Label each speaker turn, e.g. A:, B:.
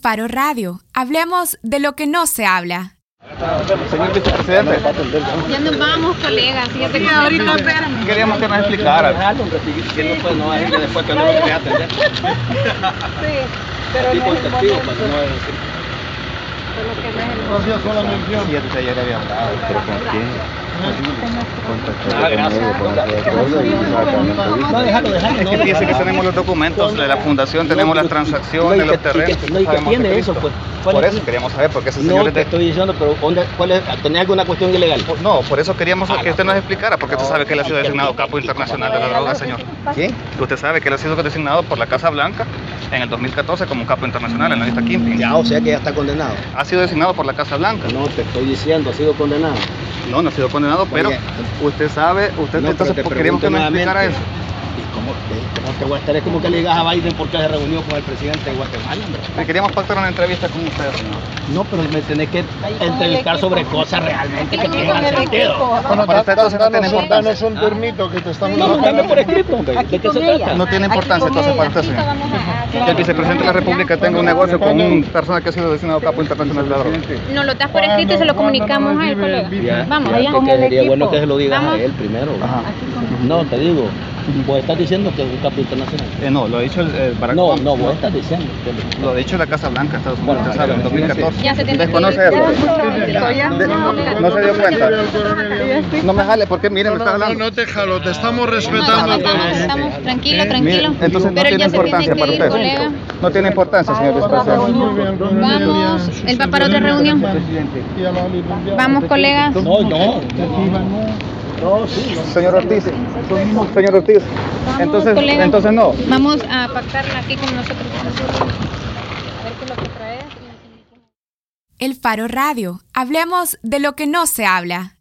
A: Faro Radio. Hablemos de lo que no se habla.
B: Señor vicepresidente,
C: Ya nos vamos, colega. Fíjate que ahorita espérame.
B: queríamos que nos explicara.
C: pues, Sí, pues, pero no es el motivo. Solo que no es el motivo.
B: Sí, antes de ayer había hablado.
D: pero con quién
B: Ah,
D: contactar conmigo para hacer acuerdo y para una entrevista.
B: Es que fíjese que tenemos los documentos de la fundación, tenemos las transacciones, los terrenos.
E: pues, No, y que
B: sabemos
E: tiene
B: de
E: eso,
B: Cristo.
E: pues. ¿Cuál
B: Por
E: es?
B: eso queríamos saber, porque ese señor
E: No,
B: es
E: te
B: de...
E: estoy diciendo, pero ¿dónde, cuál es, ¿tenés alguna cuestión ilegal?
B: Por- No, por eso queríamos
E: Ah,
B: que usted
E: no.
B: nos explicara, porque usted sabe que él ha sido designado capo internacional
E: pues.
B: de la droga, señor.
E: ¿Quién?
B: Usted sabe que él ha sido designado por la Casa Blanca en el 2014 como capo internacional en la lista Kimping.
E: Ya, o sea que ya está condenado.
B: Ha sido designado por la Casa Blanca.
E: No, te estoy diciendo, ha sido condenado.
B: No, no ha sido condenado, pero
E: Oye,
B: usted sabe, usted
E: No,
B: entonces
E: pero te
B: pues, queríamos que nos
E: pregunto
B: explicara
E: nuevamente.
B: eso.
E: ¿Y cómo te, cómo te voy a estar? Es como que le digas a Biden porque se reunió con el presidente de Guatemala, hombre.
B: Le queríamos pactar una entrevista con usted, señor.
E: No, pero me tenés que entrevistar sobre cosas realmente que tengan sentido.
B: Bueno, para usted entonces no tiene importancia.
F: un termito que te estamos
E: No, no, dame por escrito, hombre. ¿De qué se trata?
B: No tiene importancia entonces para usted, señor. Que el vicepresidente de la República tenga un negocio con una persona que ha sido designado capo internacional de la droga.
C: Nos lo das por escrito y se lo comunicamos a él, colega.
E: Ya,
C: Vamos,
E: ya,
C: allá.
E: porque sería bueno que se lo digas a
C: Vamos.
E: él primero. No, te digo, vos estás diciendo que es un capo internacional.
B: Eh, no, lo ha dicho el, el Barack
E: No,
B: Obama.
E: no, vos estás diciendo. que-
B: Lo ha dicho la Casa Blanca, Estados Unidos,
E: Bueno,
B: usted sabe, en 2014.
C: Ya se tiene
B: Desconoce
C: que-
B: eso.
C: Ya,
B: De- no,
C: ya.
B: no se dio cuenta. No me jale, porque miren, me está hablando.
F: te jalo, te estamos
C: No, no, estamos, estamos. Tranquilo, tranquilo.
B: Mire, entonces no
C: Pero
B: tiene
C: ya se tiene
B: importancia
C: que
B: para
C: ir,
B: usted.
C: colega.
B: No tiene importancia, señor vicepresidente.
C: Vamos, él va para otra reunión. Vamos, colega.
E: No, no.
B: Señor Ortiz, señor Ortiz.
C: Vamos,
B: Entonces,
C: colega.
B: entonces no.
C: Vamos a pactarla aquí con nosotros. A ver qué es lo que traes.
A: El Faro Radio. Hablemos de lo que no se habla.